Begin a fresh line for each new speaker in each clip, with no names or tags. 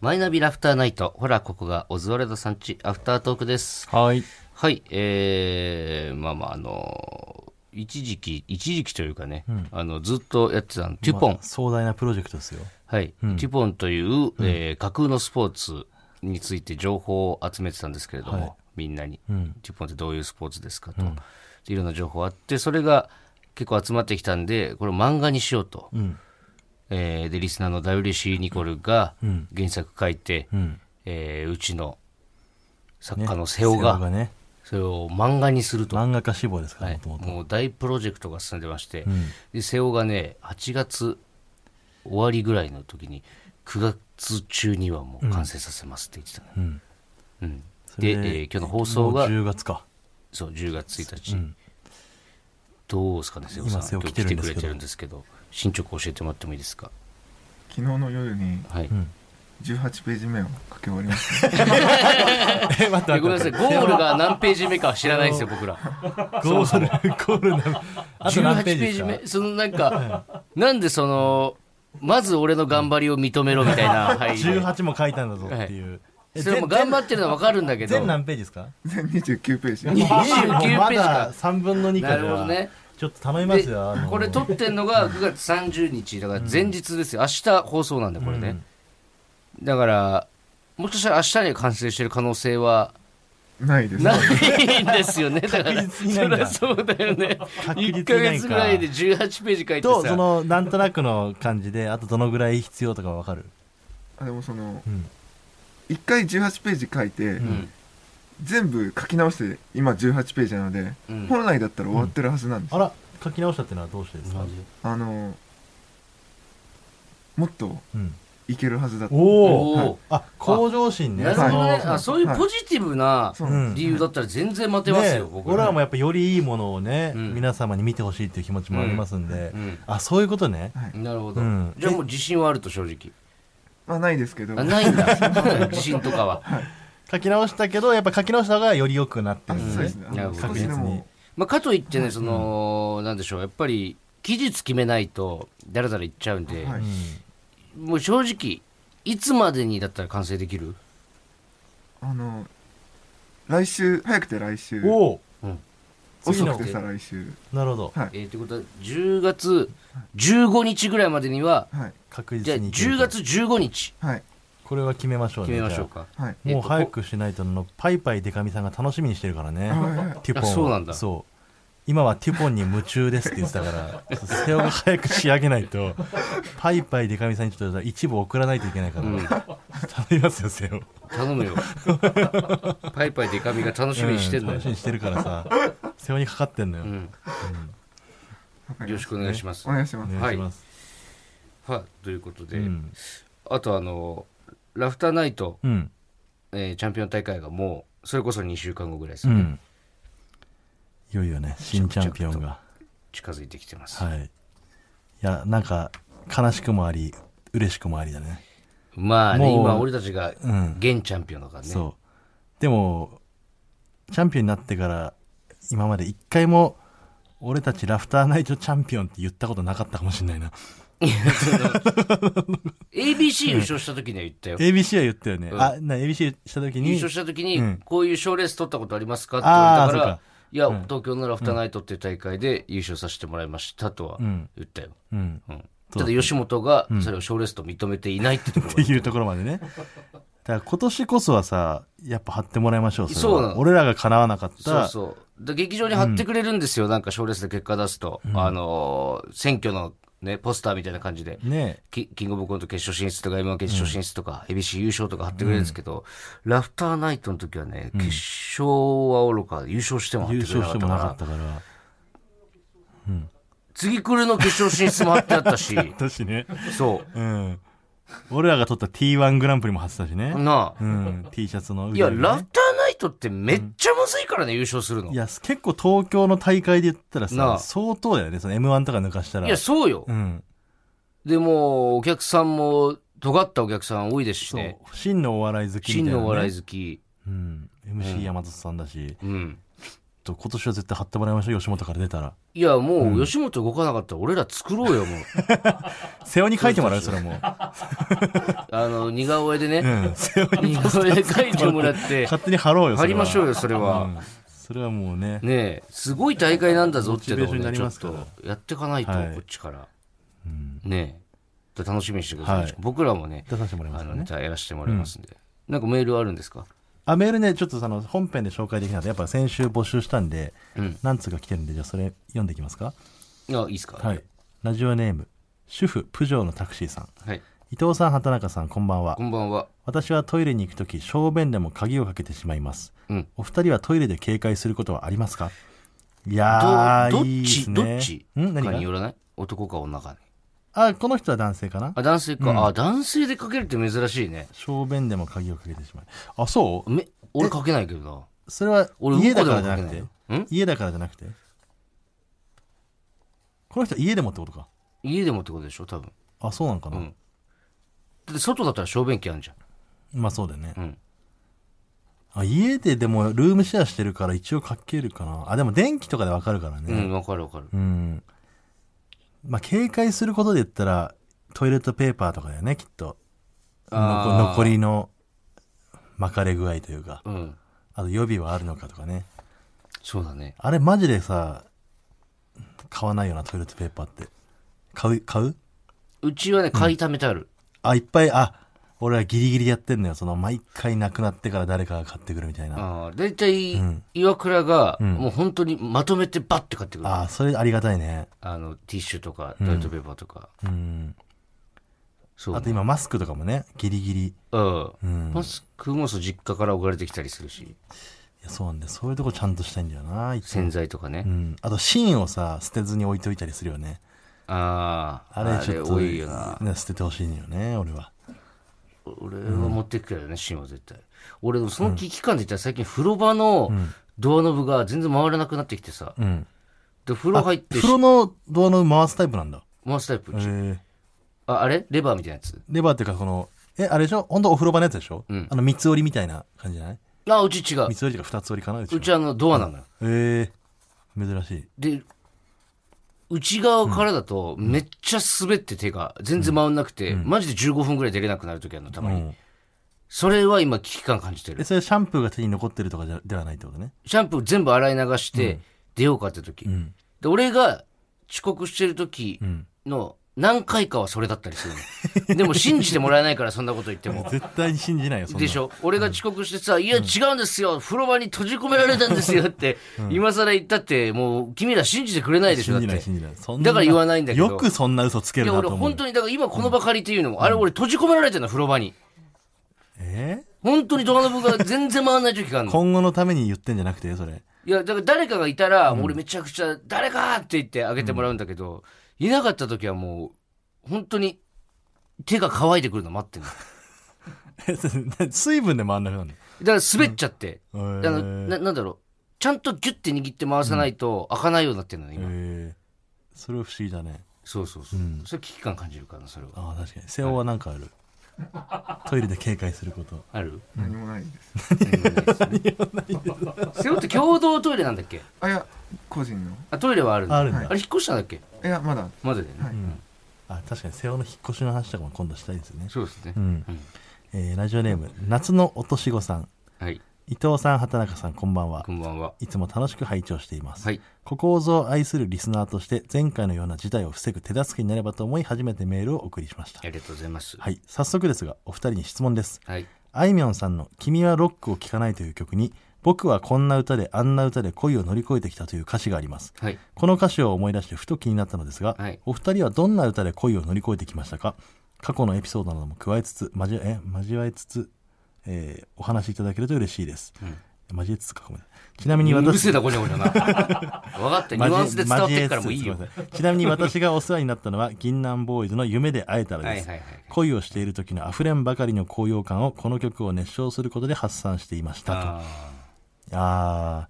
マイナビラフターナイト。ほら、ここがオズワルドさんち、アフタートークです。
はい。
はい、えー、まあまあ、あのー一時期、一時期というかね、あの、ずっとやってたの、テュポン。
壮大なプロジェクトですよ。
はい、テュポンという、えー架空のスポーツについて情報を集めてたんですけれども、みんなに、テュポンってどういうスポーツですかと、いろんな情報あってそれが結構集まってきたんでこれを漫画にしようと、えーでリスナーの WC ニコルが原作書いて、うえーうちの作家の瀬尾が、
ね、
それを漫画にすると。
漫画家志望ですから、もともと。
もう大プロジェクトが進んでまして、で瀬尾がね8月終わりぐらいの時に9月中にはもう完成させますって言ってたの、
うん
うん
そ
で、
れ
えー今日の放送が
もう10月か。
そう10月1日、どうですかね瀬尾さん
今瀬尾
今日
来
来て
てるん
く
で
れ
すけど
てるんですけど進捗教えてもらってもいいですか
昨日の夜に
はい、
ん
18ページ目を書き終わり ました、
え、待
えごめんなさいゴールが何ページ目かは知らないです よ僕ら
ゴール、ゴールなの。あと何ページで
18ペー
すか
ジ目そのなんかなんでそのまず俺の頑張りを認めろみたい な、はい、
18も書いたんだぞっていう。え
それも
全
頑張ってるのは分かるんだけ
全
ど。
全何ページですか
全29ページ
29ページか
まだ3分の2か
なるほ
ら。
どね。
ちょっと頼みま
です
よ。あの
これ撮ってんのが9月30日だから前日ですよ。明日放送なんでこれね。だから、もしかしたら明日には完成してる可能性は
ないです
ないんですよね。だから、
確実にな
そ
いん
りゃ
だ
そうだよね。
確実にない
1
か
ヶ月ぐらいで18ページ書いて
と、そ
さ。
の、なんとなくの感じで、あとどのぐらい必要とかわかる
あでもその
うん。
1回18ページ書いて、
うん
全部書き直して今18ページなので、
うん
本来だったら終わってるはずなんです、
あら、書き直したってのはどうしてですか
あのもっと
うん。
いけるはずだった
おお
おお。
あ、向上心ね。
なるほどね。
その
あそういうポジティブな
そうなんで
理
す、
由だったら全然待てますよ、
ね
僕
俺らもやっぱよりいいものをね、
うん
皆様に見てほしいっていう気持ちもありますんで、
うん
あそういうことね、
はい
なるほど
うん。
じゃあもう自信はあると正直。
まあないですけど
あないんだ。自信とかは。
書き直したけどやっぱ書き直した方がより良くなって
あ
る
そうですね、
うんな
あの
るほどね
少しでも
まあ、かといってね、その、なんでしょう、やっぱり、期日決めないと、だらだらいっちゃうんで、
はい
もう正直、いつまでにだったら完成できる
あの来週早くて来週
うん、おお次
遅
の
くて再来週
なるほど、
はい
えー、ということは、10月15日ぐらいまでには、
はい
確
じゃあ
実にいける
10月15日、
はい
これは決めましょうね
決めましょうか。
はい
じゃ
え
あもう
っと
早くしないとあのパイパイデカミさんが楽しみにしてるからね
はい
テュポンを
あそうなんだ
そう今はテュポンに夢中ですって言ってたから 瀬尾が早く仕上げないとパイパイデカミさんにちょっと一部送らないといけないから、
うん
頼みますよ瀬尾
頼むよ。パイパイデカミが楽しみにしてんの
う
よ
ん楽しみ。にしてるか らさ世話にかかってんのよ、
うん、
わか
よろ
りまし
しくお願いします。
たお願いします、
お願いします、
はい、ということで、
うん、
あとあの、ラフターナイト、
うん
えーチャンピオン大会がもう、それこそ2週間後ぐらいです
う
ね、
ん、いよいよね新チャンピオンが
近づいてきてます。
はいいやなんか悲しくもあり嬉しくもありだね
まあね、
もう
今俺たちが
うん
現チャンピオンだからね。
そうでもチャンピオンになってから今まで一回も俺たちラフターナイトチャンピオンって言ったことなかったかもしれないな
ABC 優勝した時には言ったよ。
ABC は言ったよね、
ん
あな ABC した時
優
に
勝した時
う
に
ん、
こういう賞レース取ったことありますかって言われたか
あーそう
ら
か、
いや、東京のラフターナイトっていう大会で優勝させてもらいましたとは
うん
言ったよ。
うん
うんただ吉本がそれを賞レースと認めていないってとこ
っ
ろ
ていうところまでね。だから今年こそはさ、やっぱ貼ってもらいましょう、れは
そうなの
俺らが叶わなかっ
そ
た。
うそう。で劇場に貼ってくれるんですよ、なんか賞レースで結果出すと。あのー、選挙のね、ポスターみたいな感じで。
ね
キキングオブコント決勝進出とか、M1 決勝進出とか、ABC 優勝とか貼ってくれるんですけど、ラフターナイトの時はね、決勝はおろか、優勝しても貼っ
優
てくれ
勝
な
し
か
て
っ
も
たか
なからっ、たから。
次来るの決勝進出も貼ってあった し、
私ね。
そ
うん。俺らが取った T1 グランプリも貼ってたしね
う。。なあ
う。ん。T シャツの
い
腕
や、
がね、
ラフターナイトってめっちゃむずいからね、優勝するの。
い
いや、
や、結構東京の大会で言ったら
なあ
さ、相当だよね。その M1 とか抜かしたら。
そうよ
う。ん。
でも、お客さんも、尖ったお客さん多いですし
そう
ね。。
真のお笑い好きみたい
真
な、ね。
のお笑い
好
好き。
き。うん。MC 山里さんだし。
うん。
と今年は絶対貼ってもらいましょう吉本から出たら
いや、もう、吉本動かなかったら俺ら作ろうよ、 もう。
背負いに書いてもらうそれはもう
あの、似顔絵で
う
ね、
ん背負
似
い
顔絵で描いてもらって、
勝手に貼ろうよ
貼
それ
り
は
ましょうよ、それ
う
は
ん。それはもうね
ねえ、すごい大会なんだぞっていうのを
モチベ
ね、
ーションになり
ちょ
ま
っ
すから
とやっていかないと、
はい
こっちから。
うん
ねえ、楽しみにしてください。
はい
僕らもね、
出させてもらいま
あ
すか
の
らね
ネタやらせてもらいますんで、なんかメールあるんですか
あメールねちょっとその本編で紹介できなくてやっぱ先週募集したんで
うん
何通か来てるんでじゃあそれ読んでいきますか
あいいですか
はいラジオネーム主婦プジョーのタクシーさん
はい
伊藤さん畑中さんこんばんは
こんばんは
私はトイレに行くとき小便でも鍵をかけてしまいます
うん
お二人はトイレで警戒することはありますかいやー
どどっ
いいです
ち
ね
どっち
ん何
かによ
が
らない男か女かね
あこの人は男性かな
あ男性か、あ男性でかけるって珍しいね
小便でも鍵をかけてしまうあそう
め俺かけないけどな
それは
俺
家だからじゃなく
うんこでもかけな
て
いん
家だからじゃなくてこの人は家でもってことか
家でもってことでしょ多分
あそうなのかな、
うんだって外だったら小便器あるじゃ
まあそうだよね、
んうん
あ家ででもルームシェアしてるから一応かけるかなあでも電気とかでわかるから
う
ね
んわかるわかる
うん、まあ警戒することで言ったらトイレットペーパーとかだよねきっと
あー
残残りの巻かれ具合というか
うん
あと予備はあるのかとかね
そうだね
あれマジでさ買わないよなトイレットペーパーって買う買う
うちはね買いためてある、
あいっぱいあ俺はギリギリでやってんのよその毎回なくなってから誰かが買ってくるみたいなあ
ああ大体、岩倉が、もう本当にまとめてバッて買ってくる
あーそれありがたいね
あの、ティッシュとか、トイレットペーパーとか。
うん
そう
あと
ね。
今マスクとかもねギリギリい
うん。マスクもそう実家から送られてきたりするし、
やそうなんでそういうとこちゃんとしたいんだよないつも
洗剤とかね。
うん、あと芯をさ捨てずに置いといたりするよね
ああ、
あれちょっと
多いよな。
ね捨ててほしいんよね俺は
俺は持ってくけどね、芯は絶対。俺、その危機感で言ったら最近風呂場のドアノブが全然回らなくなってきてさ。
うん
で、風呂入って
風呂のドアの回すタイプなんだ
回すタイプ
へえ。
あ、あれレバーみたいなやつ。
レバーっていうか、この、え、あれでしょ本当お風呂場のやつでしょ、
うん
あの、三つ折りみたいな感じじゃない
あ、うち違う
三。つ折りとか二つ折りかなうち
う
は
ちあの、ドアなのよ。
ええ珍しい。
で、内側からだと、めっちゃ滑って手が、全然回んなくて、マジで15分ぐらい出れなくなる時あるの、たまに。
うん
それは今、危機感感じて
え、
る。
それシャンプーが手に残ってるとかじゃではないってことね。
シャンプー全部洗い流して、出ようかって時、
ん
で、俺が遅刻してる時
ん
の何回かはそれだったりするの。 でも信じてもらえないから、そんなこと言っても。
絶対に信じないよ、そんな。
でしょ俺が遅刻してさ、いや違うんですよ、風呂場に閉じ込められたんですよって、今更言ったって、もう君ら信じてくれないでしょだ
信
っ
じない、
て。
信じない。そ
だから言わないんだけど
よくそんな嘘つけ
い
る
や、
な
俺
と思う
本。当に、だから今このばかりっていうのも、あれ俺閉じ込められてんの、風呂場に。
え
本当にドアノブが全然回んない時があるの。
ー今後のために言ってんじゃなくて、そ れ。
いや、だから誰かがいたら、俺めちゃくちゃ、誰かって言ってあげてもらうんだけど、いなかった時はもう、本当に、手が乾いてくるの待ってんの。だか
えそれ水分で回んなくなる
ら滑っちゃって、
の。
あのな、なんだろう、ちゃんとギュッて握って回さないと開かないようになってんのね、
えー
今。
えーそれは不思議だね。
そうそうそう。それ危機感感じるかな、それは。
ああ、確かに。背負はなんかある。トイレで警戒すること。
あ る
何もないです。
背負って共同トイレなんだっけ
あ、いや、個人の。
あ、トイレはあるんだ
あるんだ
あれ引っ越したんだっけ
いや、まだ。
まだだよね。
はい。
あ確かに瀬尾の引っ越しの話とかも今度したいですよね、
そうですね
う。ん
うん
えーラジオネーム夏の落とし子さん
はい。
伊藤さん畑中さんこんばんは
こんばんは。
いつも楽しく拝聴しています、
はい。
ここをぞを愛するリスナーとして前回のような事態を防ぐ手助けになればと思い初めてメールをお送りしました
ありがとうございます。
はい早速ですがお二人に質問です
はい。
あいみょんさんの「君はロックを聴かない」という曲に僕はこんな歌であんな歌で恋を乗り越えてきたという歌詞があります
はい。
この歌詞を思い出してふと気になったのですが、
はい
お二人はどんな歌で恋を乗り越えてきましたか過去のエピソードなども加えつつ交え交えつつ、えーお話しいただけると嬉しいです、交えつつかごめんちなみに
うる
私
せえな、ごにゃごに ゃな。分かった。ニュアンスで伝わってるからもういいよ。
交
は
えつつすませんちなみに私がお世話になったのは 銀杏ボーイズの夢で会えたら
い
で
はい
す、
はい。
恋をしている時の溢れんばかりの高揚感をこの曲を熱唱することで発散していましたと
あ
あ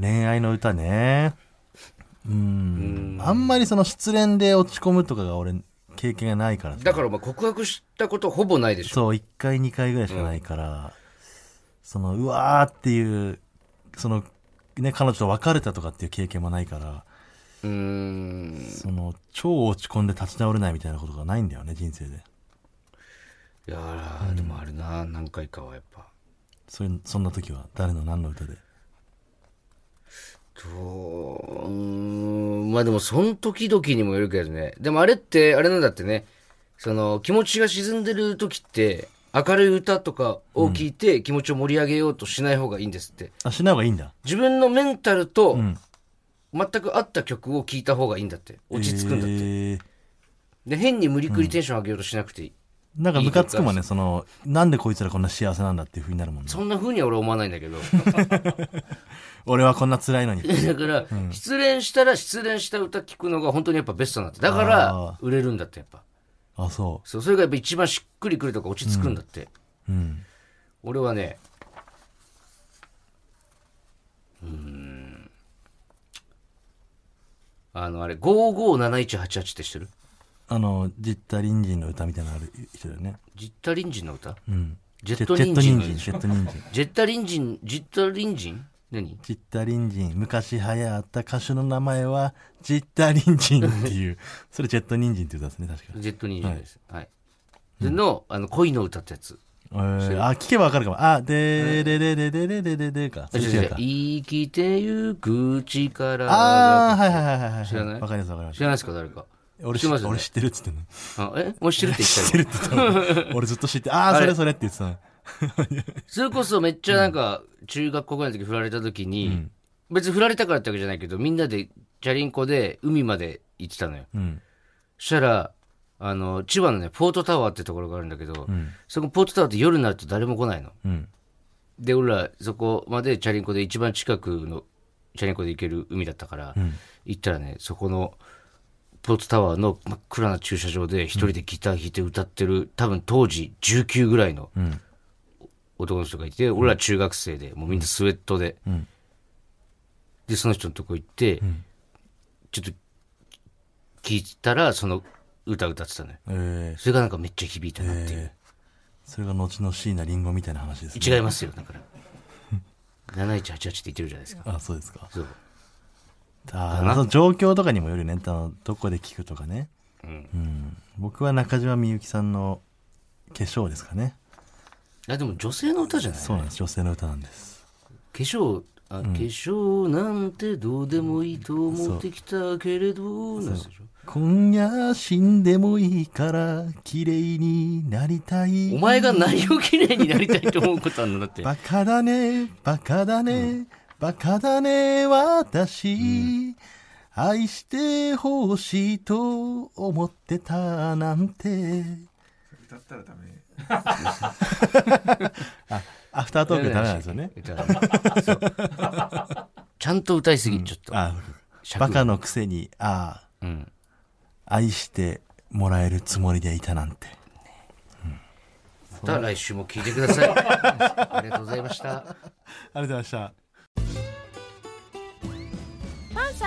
ー恋愛の歌ねうーんあんまりその失恋で落ち込むとかが俺経験がないから
ー
さ
だからお前告白したことほぼないでしょ。
そう1回2回ぐらいしかないから、そのうわーっていうそのね、彼女と別れたとかっていう経験もないから、
うーん。
その、超落ち込んで立ち直れないみたいなことがないんだよね、人生で。
いやーでもあるな、何回かはやっぱ。
そういう、そんな時は、誰の何の歌で。
どううーんまあでも、その時々にもよるけどね。でもあれって、あれなんだってね。その、気持ちが沈んでる時って、明るい歌とかを聞いて気持ちを盛り上げようとしない方がいいんですって。
あ、しない方がいいんだ。
自分のメンタルと
ん
全く合った曲を聴いた方がいいんだって。落ち着くんだって。
えー
で、変に無理くりテンション上げようとしなくていい。
なんかムカつくもんね、その、なんでこいつらこんな幸せなんだっていう風になるもんね。
そんな風には俺は思わないんだ けど。
俺はこんな辛いのに。
だから、失恋したら失恋した歌聴くのが本当にやっぱベストなんだって。だから
あ、
売れるんだって、やっぱ。
あ、そ
そう、それがやっぱ一番しっくりくるとか落ち着くんだって。
う。うん。
俺はね、うーん。あの、あれ、557188って知ってる
あの、ジッタリンジンの歌みたいなのある人だよね。
ジッタリンジンの歌
うん。
ジェットリンジンの歌でし
ジ
ょ
ェットリンジン。ジェットリンジン
ジェッタリンジン、ジッタリンジン何
ジッタリンジン。昔流行った歌手の名前は、ジッタリンジンっ ていう。それジェットリンジンって歌ですね、確かに。
ジェットリンジンです。はい。での、あの、恋の歌ってやつ。
えーあ、聞けばわかるかも。あ、でーででででででででか。そ
あ
れ
違う違
違
う
うか。
生きてゆく力が。
あー、はいはいはいはいはい。
知らない
わかりますわかりま
知
す。
らないですか誰か。
俺
知っ
知
てますよね
俺知ってるっつってんの。
あえもう知ってるって言
知
っ
ったて
よ。
るって言っ たの俺ずっと知って、あー、それそれって言ってたの。
それこそめっちゃなんか、中学校ぐらいの時振られた時に、別に振られたからってわけじゃないけど、みんなで、チャリンコで海まで行ってたのよ。
うん。
そしたら、あの、千葉のね、ポートタワーってところがあるんだけど、
ん
そこポートタワーって夜になると誰も来ないの。
うん。
で、俺らそこまでチャリンコで一番近くのチャリンコで行ける海だったから、行ったらね、そこのポートタワーの真っ暗な駐車場で一人でギター弾いて歌ってる、多分当時19ぐらいの
ん
男の人がいて、俺ら中学生で、もうみんなスウェットで。
ん
で、その人のとこ行って、ちょっと聞いたら、その歌歌ってたのよ。
えー
それがなんかめっちゃ響いたなっていう。
えーそれが後の椎名林檎みたいな話ですね。
違いますよ、だから。7188って言ってるじゃないですか。
あ、そうですか。
そう。
あーその状況とかにもよるね。あのどこで聞くとかね。
うん
うん僕は中島みゆきさんの化粧ですかね。
あでも女性の歌じゃない
そうなんです。女性の歌なんです。
化粧あ、化粧なんてどうでもいいと思ってきたけれどなんですでしょ
今夜死んでもいいから綺麗になりた
お
い。
前が何を綺麗になりたいと思うことあんのだって
バカだね、バカだね、バカだね、私。愛してほしいと思ってたなんて。
歌ったらダメ
アフタートー クでダメなんですよね。
歌がねそうちゃんと歌いすぎ、ちょっと
あ、
尺が
バカのくせに、あ
う
あ、
ん
愛してもらえるつもりでいたなんて。
また来週も聞いてくだ さいありがとうございました
ありがとうございました。
パンサ